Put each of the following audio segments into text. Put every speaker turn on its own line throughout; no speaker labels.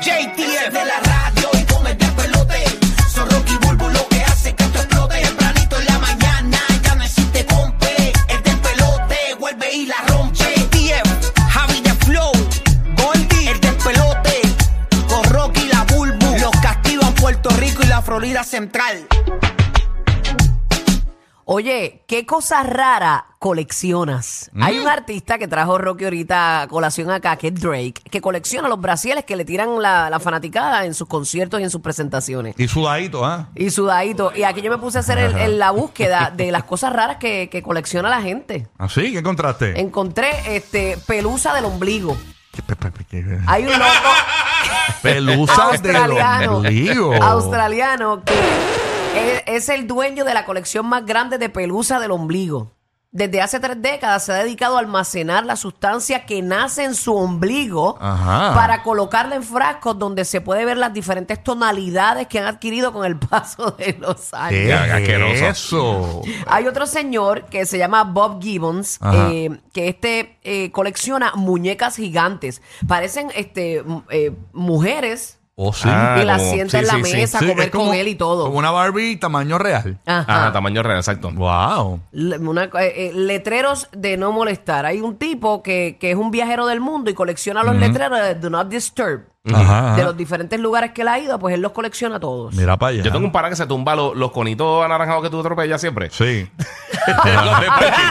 JTF de la radio y con el despelote. Son Rocky Bulbo lo que hace que esto explote. Tempranito en la mañana ya no existe compe. El despelote vuelve y la rompe. JTF, Javi de Flow, Goldie, el despelote. Con Rocky y la Bulbo. Los castigan Puerto Rico y la Florida Central.
Oye, ¿qué cosa rara coleccionas?
Mm.
Hay un artista que trajo Rocky ahorita a colación acá, que es Drake, que colecciona los brasiles que le tiran la, la fanaticada en sus conciertos y en sus presentaciones.
Y sudadito, ¿ah?
Y sudadito. Y aquí yo me puse a hacer el- el- la búsqueda de las cosas raras que, que colecciona la gente.
¿Así? ¿Qué contraste?
Encontré este pelusa del ombligo. Hay un loco
Pelusas de
Australiano.
ombligo.
australiano que es, es el dueño de la colección más grande de pelusa del ombligo. Desde hace tres décadas se ha dedicado a almacenar la sustancia que nace en su ombligo
Ajá.
para colocarla en frascos donde se puede ver las diferentes tonalidades que han adquirido con el paso de los años.
¿Qué
Ya, asqueroso.
eso?
Hay otro señor que se llama Bob Gibbons,
Ajá.
eh, que este eh, colecciona muñecas gigantes. Parecen este m- eh, mujeres
¿O Oh, sí?
Ah,
y las
como-
sienta en
sí,
la
sí, sí.
mesa a
Sí,
comer
es como-
con él y todo.
Como una Barbie tamaño real.
Ajá.
Ajá, tamaño real, exacto.
Wow.
Le- una- eh, eh, letreros de no molestar. Hay un tipo que, que es un viajero del mundo y colecciona los letreros de Do Not Disturb.
Ajá,
De
ajá.
los diferentes lugares que él ha ido, pues él los colecciona todos.
Mira para allá.
Yo tengo un pana que se tumba lo- los conitos anaranjados que tú atropellas siempre.
Sí.
Los de Parky.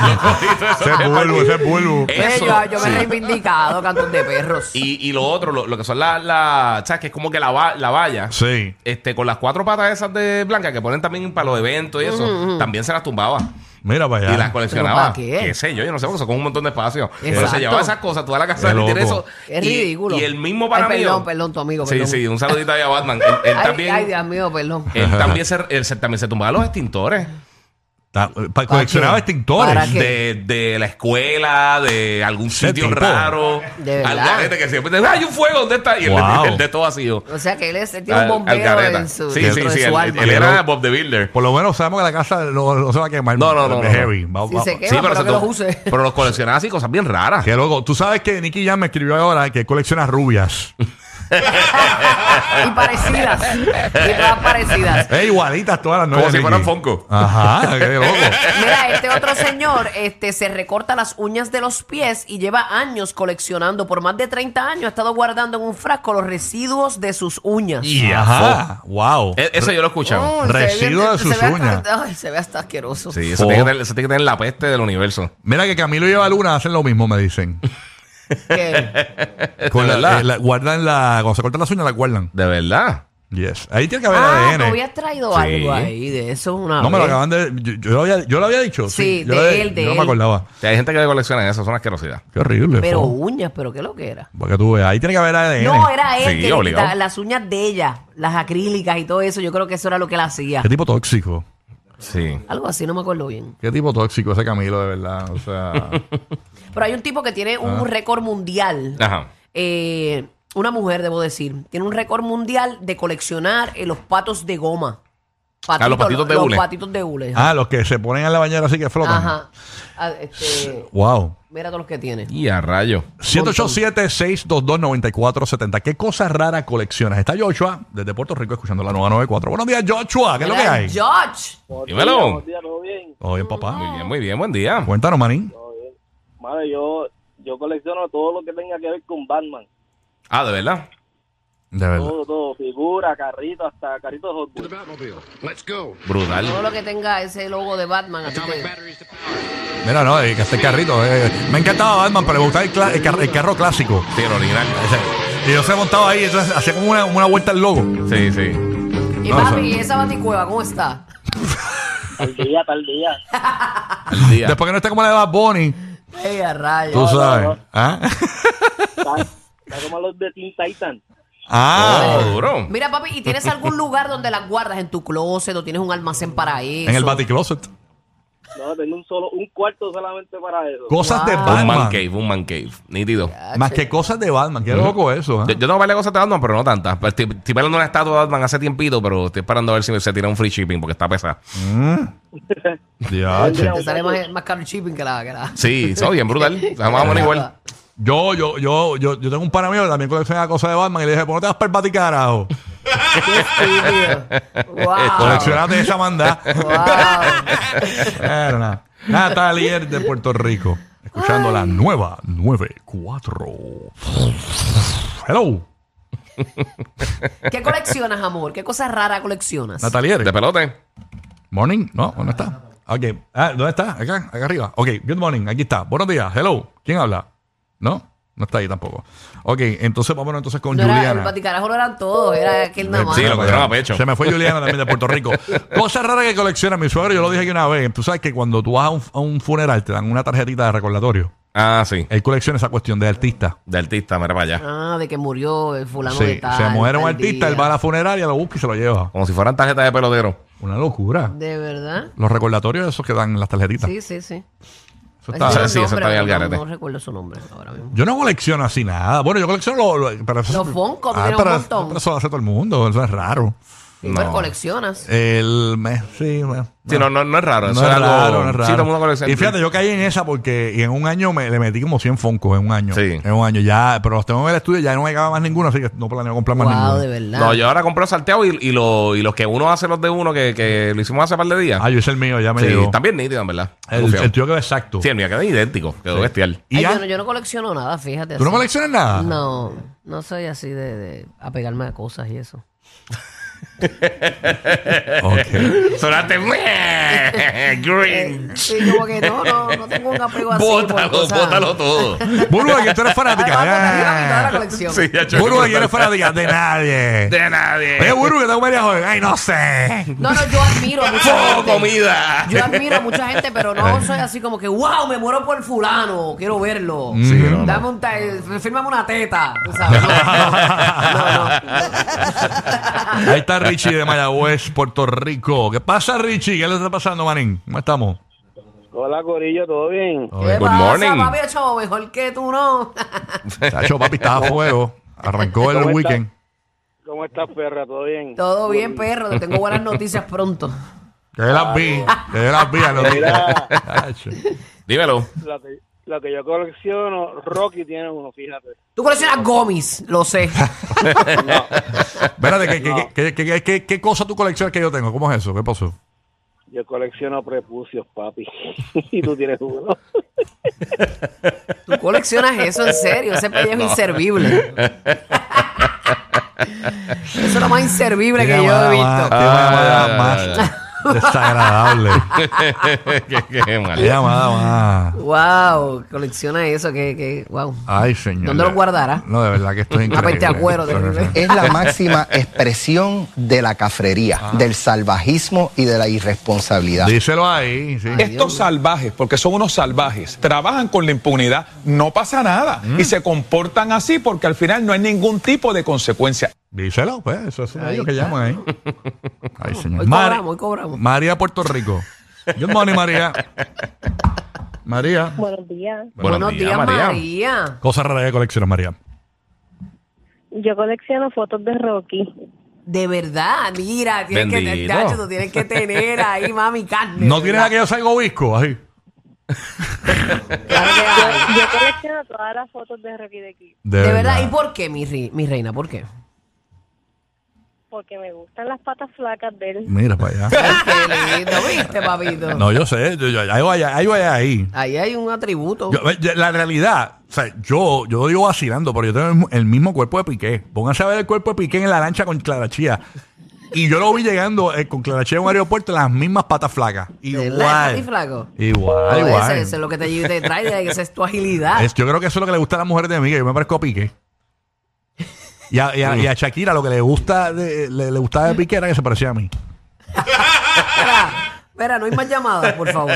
Los conitos esos
Ese
de
es bulbo,
Parky.
ese es bulbo.
Eh,
Eso,
yo, yo me
sí.
he reivindicado, cantos de perros.
Y, y lo otro, lo, lo que son las... La, ¿Sabes? Que es como que la, va- la valla.
Sí.
Este, con las cuatro patas esas de blanca que ponen también para los eventos y eso. También se las tumbaba.
Mira para allá.
Y las
¿Pero
coleccionaba.
para qué?
sé yo? Yo no sé, porque son un montón de espacio. Pero
Exacto.
se llevaba esas cosas, toda la casa
Qué
y tiene
loco.
eso.
es
Y-
ridículo.
Y el mismo
Ay,
para mí.
Perdón, perdón, tu amigo,
Sí,
perdón.
sí, un saludito ahí a Batman. Él, él
Ay,
también.
ay, Dios mío, perdón.
Él también se, él se- también se tumbaba los extintores.
Ta- Ah, pa- coleccionaba
qué? ¿Para
extintores.
qué?
De, de la escuela, de algún
Ese
sitio
tipo.
raro.
De verdad.
Al garete que siempre te dice, ¡ay, un fuego! ¿Dónde está? Y él,
Wow.
él de todo vacío.
O sea que él, es, él tiene un
Al- al
bombero
garete.
en su,
Sí, sí,
dentro
sí.
de
Él,
su alma.
él era Bob the Builder.
Por lo menos sabemos que la casa no, no se va a quemar.
No, no, no,
De
no, no.
heavy. Va-
Sí,
va-
se quema.
Sí,
pero
se
que los
tum-
use.
pero los coleccionaba así, cosas bien raras.
Qué loco. Tú sabes que Nicky Jam me escribió ahora que colecciona rubias.
Y parecidas. Y todas parecidas.
Eh, igualitas todas las nueve.
si
Nicky.
fueran Funko.
Ajá, qué loco.
Mira, este otro señor este, se recorta las uñas de los pies y lleva años coleccionando. Por más de 30 años ha estado guardando en un frasco los residuos de sus uñas.
Y ajá. Wow.
E- Eso yo lo he escuchado.
Oh, se ve bien-
Residuos de
se
sus
ve
uñas.
hasta- ay, se ve hasta asqueroso.
Sí, eso,
Oh.
tiene que tener, eso tiene que tener la peste del universo.
Mira que Camilo y Eva Luna hacen lo mismo, me dicen.
Que-
Con la-
verdad.
eh, la- guardan la. Cuando se cortan las uñas, la guardan.
De verdad.
Yes. Ahí tiene que haber
ah,
ADN.
tú habías traído
Sí.
algo ahí de eso una
No me lo
vez.
acaban de. Yo, yo lo, había, yo lo había dicho.
Sí,
yo
de
lo había-
él, de
yo no
él.
me acordaba.
O sea, hay gente que colecciona eso, es una asquerosidad.
Qué horrible.
Pero
fo.
uñas, pero qué lo que era.
Para que tú veas. Ahí tiene que haber ADN.
No, era él
Sí,
que le
obligado.
quitaba las uñas de ella, las acrílicas y todo eso. Yo creo que eso era lo que él hacía.
Qué tipo tóxico.
Sí.
Algo así, no me acuerdo bien.
Qué tipo tóxico ese Camilo, de verdad. O sea.
Pero hay un tipo que tiene
Ah.
un récord mundial.
Ajá.
Eh, una mujer, debo decir, tiene un récord mundial de coleccionar eh, los patos de goma.
Ah, los patitos de
los
hule.
patitos de hule.
ah, los que se ponen en la bañera así que flotan.
Ajá. Ah, este,
Wow.
mira todos los que tiene.
Y a rayo.
787-622-9470. ¿Qué cosas raras coleccionas? Está Joshua desde Puerto Rico escuchando la 994. Buenos días, Joshua. ¿Qué es lo que
Mira,
hay?
George.
Dímelo.
días, ¿todo bien?
Todo bien, papá.
Muy bien, muy bien, buen día.
Cuéntanos, manín.
Todo bien. Madre, yo, yo colecciono todo lo que tenga que ver con Batman.
Ah, de verdad.
De verdad.
Todo, todo. Figura, carrito, hasta carrito de Hot Wheels.
Todo
Brutal.
lo que tenga ese logo de Batman. a ti te-
Mira, no, eh, que este carrito. eh, me encantaba Batman, pero me gustaba el, cla- el car- el carro clásico.
Sí, el original.
Y yo se montaba ahí, entonces hacía como una, una vuelta al logo.
Sí, sí.
Y
No,
Eh, papi,
o sea-
¿y esa baticueva cómo está?
Tal día, tal día.
El día.
Después que no esté como la de Bad Bunny,
Ey, a rayos.
tú sabes.
no.
¿Ah?
Está, está como los de Teen Titan.
Ah,
Oh, duro.
Mira, papi, ¿y tienes algún lugar donde las guardas? ¿En tu closet o tienes un almacén para eso?
en el Baticloset.
No, tengo un solo, un cuarto solamente para eso.
Cosas de
Wow.
Un man
Batman.
cave, un man cave. Nítido. Yo,
Más que cosas de Batman. Qué loco eso. ¿eh?
yo tengo varias cosas de Batman, pero no tantas. Pero Estoy, estoy parando una estatua de Batman hace tiempito, pero estoy esperando a ver si se tira un free shipping porque está pesada.
Diache.
Te sale más, más caro el shipping que la... Que la...
Sí, eso bien brutal. Vamos a poner igual.
Yo, yo, yo, yo, yo tengo un pana mío que también colecciona cosas de Batman y le dije, pues no te vas para el Bati, carajo.
Qué estúpido. wow.
Coleccionate esa manda.
wow.
Bueno, nada. Natalie de Puerto Rico. Escuchando la nueva 94. Hello,
¿Qué coleccionas, amor? ¿Qué cosas raras coleccionas?
Natalier.
De pelote.
Morning. No, ¿dónde está? Ok. Ah, ¿Dónde está? Acá, acá arriba. Ok, good morning. Aquí está. Buenos días. Hello. ¿Quién habla? No, no está ahí tampoco. Ok, entonces vámonos entonces con
No era, el
Juliana.
paticarajo no eran todos, era aquel nada más.
Sí, lo cogieron a pecho.
Se me fue Juliana también de Puerto Rico. Cosa rara que colecciona mi suegro, yo lo dije aquí una vez. Tú sabes que cuando tú vas a un, a un funeral te dan una tarjetita de recordatorio.
Ah, sí.
Él colecciona esa cuestión de artista.
De artista, mira para allá.
Ah, de que murió el fulano de
Sí,
tal.
se muere un
tal
artista,
día.
él va a la funeraria, lo busca y se lo lleva.
Como si fueran tarjetas de pelotero.
Una locura.
¿De verdad?
Los recordatorios esos que dan en las tarjetitas.
Sí, sí, sí. Ay,
Eso está-
tiene
sí,
un
eso está
nombre,
bien al
pero no-
garete.
No recuerdo su nombre ahora mismo.
Yo no colecciono así nada. Bueno, yo colecciono los... Los, pero eso- Ah,
Los Funko, tú tienes un
pero,
montón.
pero eso lo hace todo el mundo, eso es raro.
Sí, pero pues, coleccionas.
El mes, sí, bueno.
Sí, no, no, no es raro.
No
eso
es
algo-
raro, no es
Sí, todo el mundo
raro.
colecciona.
y fíjate, yo caí en esa porque y en un año me le metí como 100 foncos en un año.
Sí.
En un año ya, pero los tengo en el estudio, ya no me cabe más ninguno, así que no planeo comprar más
Wow,
ninguno.
de verdad.
No, yo ahora compré el salteado y, y, lo- y los que uno hace, los de uno, que, que lo hicimos hace par de días.
Ah, yo hice el mío, ya me
sí,
llegó.
están bien nítidos, en verdad.
El,
Confiado.
el tuyo quedó exacto.
Sí, el mío quedó idéntico. Quedó bestial.
Y
Ay,
ya-
yo, no, yo no colecciono nada, fíjate.
¿Tú no
así.
coleccionas nada?
No, no soy así de, de apegarme a cosas y eso.
Ok.
Sonaste. meh, Green.
Sí, como que no, no, Eh, no tengo un apego así. pues, por
Bótalo,
cosas.
bótalo todo.
Burbu, que tú eres
Además,
fanática.
porque yo me quitaba la
Ah.
colección.
Sí, ya choqué.
Burbu, que eres fanática de nadie.
De nadie.
Oye, Burbu, que te comerías hoy. Ay, no sé.
No, no, yo admiro a mucha
¡Fuego,
gente.
comida!
Yo admiro a mucha gente, pero no soy así como que, wow, me muero por fulano, quiero verlo.
Sí, Mm, no, no.
Dame un ta- eh, fírmame una teta. tú sabes. No, no, no, no.
Ahí está Richie de Mayagüez, Puerto Rico. ¿Qué pasa, Richie? ¿Qué le está pasando, Manín? ¿Cómo estamos?
Hola, Corillo, ¿todo bien?
¿Qué
Good
pasa,
morning.
papi? Hecho mejor que tú, ¿no?
Chacho, papi, estaba a fuego. Arrancó el
¿Cómo
weekend.
¿Cómo estás, perra? ¿Todo bien?
Todo bien, perro. Te tengo buenas noticias pronto.
Que yo las vi. Que yo las vi a los
Mira.
Chacho.
Dímelo.
pues.
Lo que, lo que yo colecciono, Rocky tiene uno, fíjate.
Tú coleccionas gomis, lo sé.
Espérate, ¿qué, qué, qué, qué, qué- qué- qué cosa tú coleccionas que yo tengo? ¿Cómo es eso? ¿Qué pasó?
Yo colecciono prepucios, papi. y tú tienes uno.
Tú coleccionas eso en serio. Ese pellejo inservible. eso es lo más inservible que yo he visto.
Qué llamada
Ah, ya,
más desagradable.
qué, qué mal.
Qué llamada más.
Wow, colecciona eso, que, que, wow.
Ay, señor.
¿Dónde lo guardará? Ah, pues
No, de verdad que
Una
estoy increíble.
peste a cuero. terrible.
es la máxima expresión de la cafrería, del salvajismo y de la irresponsabilidad.
Díselo ahí, sí.
Estos salvajes, porque son unos salvajes, trabajan con la impunidad, no pasa nada y se comportan así porque al final no hay ningún tipo de consecuencia.
Díselo, pues, eso es
Ahí
ellos que
está.
llaman ahí. Ay, señor.
Hoy
Mari-
cobramos, hoy cobramos.
María, Puerto Rico. Good morning, María. María.
Buenos días.
Buenos, días, María.
Cosas raras de colecciones, María.
Yo colecciono fotos de Rocky.
De verdad, mira, tienes que,
Bendito.
Chacho, tú tienes que tener ahí, mami, carne.
¿No
¿verdad?
tienes aquello salgo visco? Ahí.
Claro que hay.
Yo colecciono todas las fotos de Rocky de aquí
De verdad. ¿y por qué, mi, ri- mi reina? ¿Por qué?
porque me gustan las patas flacas de él.
Mira para
Ay,
allá.
qué lindo, ¿viste, papito?
No, yo sé. Yo, yo- ahí voy, ahí. voy, ahí.
Ahí hay un atributo.
Yo- yo- la realidad, o sea, yo, yo digo vacilando, pero yo tengo el mu- el mismo cuerpo de Piqué. Pónganse a ver el cuerpo de Piqué en la lancha con Clarachía. Y yo lo vi llegando eh, con Clarachía en un aeropuerto en las mismas patas flacas.
¿Verdad? ¿Estás
Igual.
flaco?
Igual,
Ay,
igual.
Ese, ese es lo que te, te trae, esa es tu agilidad.
Es- yo creo que eso es lo que le gusta a las mujeres de mí, que yo me parezco a Piqué. Y a, y a- y a Shakira lo que le gusta de- le, le gustaba de Piqué era que se parecía a mí.
Espera, espera, no hay más llamadas, por favor.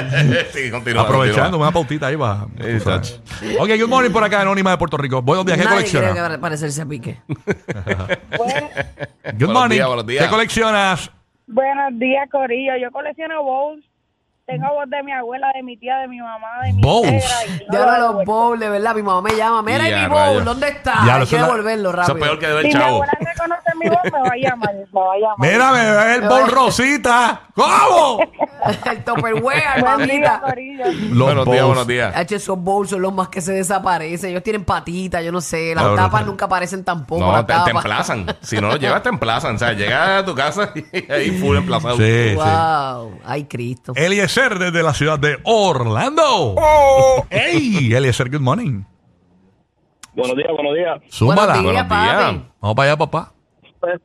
Sí, continúa,
Aprovechando una pautita ahí para.
Sí, chacho.
Ok, good morning por acá, Anónima de Puerto Rico. Buenos días, ¿qué
Nadie quiere
coleccionas?
que parecerse a Pique.
Good
Buenos
morning.
días, buenos días.
¿Qué coleccionas?
Buenos días, Corillo. Yo colecciono bowls. Tengo voz de mi abuela, de mi tía, de mi mamá, de mi
Bowls.
suegra, y
Yo
no la
ahora los
devuelvo.
bowls, de verdad. Mi mamá me llama. Mira,
Ya,
¿y mi bowl?
rayos.
¿Dónde está?
Ya,
Hay
eso
que
es la-
devolverlo
Eso
rápido.
es peor que
Si
el
mi
chavo.
abuela reconoce mi voz, me va a llamar. Me va a llamar.
Mira, me ve el bol rosita. ¿Cómo?
El Tupperware,
Buen día,
mamita.
Corillo.
Los
buenos días,
bows.
buenos días.
H, esos bowls son los más que se desaparecen. Ellos tienen patitas, yo no sé. Las
Cabrón.
tapas nunca aparecen tampoco.
No,
las
te, te
tapas.
emplazan. Si no lo llevas, te emplazan. O sea, llegas a tu casa y ahí full emplazado.
Sí, Eh, sí.
Wow. Ay, Cristo.
Eliezer desde la ciudad de Orlando.
Oh.
¡Ey! Eliezer, good morning.
Buenos días, buenos días.
Zúmbala.
Buenos días,
Buenos días.
papi.
Vamos para allá, papá.
Pues,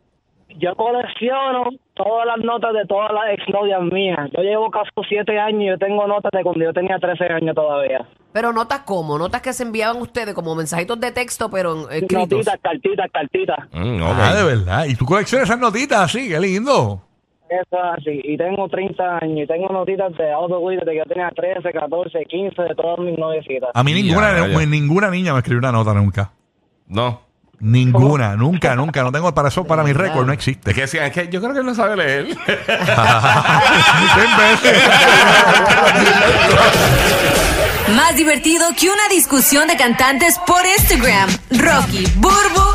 yo colecciono todas las notas de todas las exnovias mías. Yo llevo casi siete años y yo tengo notas de cuando yo tenía 13 años todavía.
Pero notas como, notas que se enviaban ustedes como mensajitos de texto, pero en- eh, escritos.
Notitas, cartitas, cartitas.
Mm, ok.
Ah, de verdad. Y tú coleccionas esas notitas así, qué lindo.
Eso es así. Y tengo 30 años y tengo notitas de auto desde que yo tenía 13, 14, 15, de todas mis noviecitas.
A mí
Ya,
ninguna,
rayos.
ninguna niña me escribió una nota nunca.
No.
Ninguna, nunca, nunca. No tengo para eso, para mi récord, no
Es
existe.
que decían, es que yo creo que él no sabe leer.
Más divertido que una discusión de cantantes por Instagram. Rocky, Burbu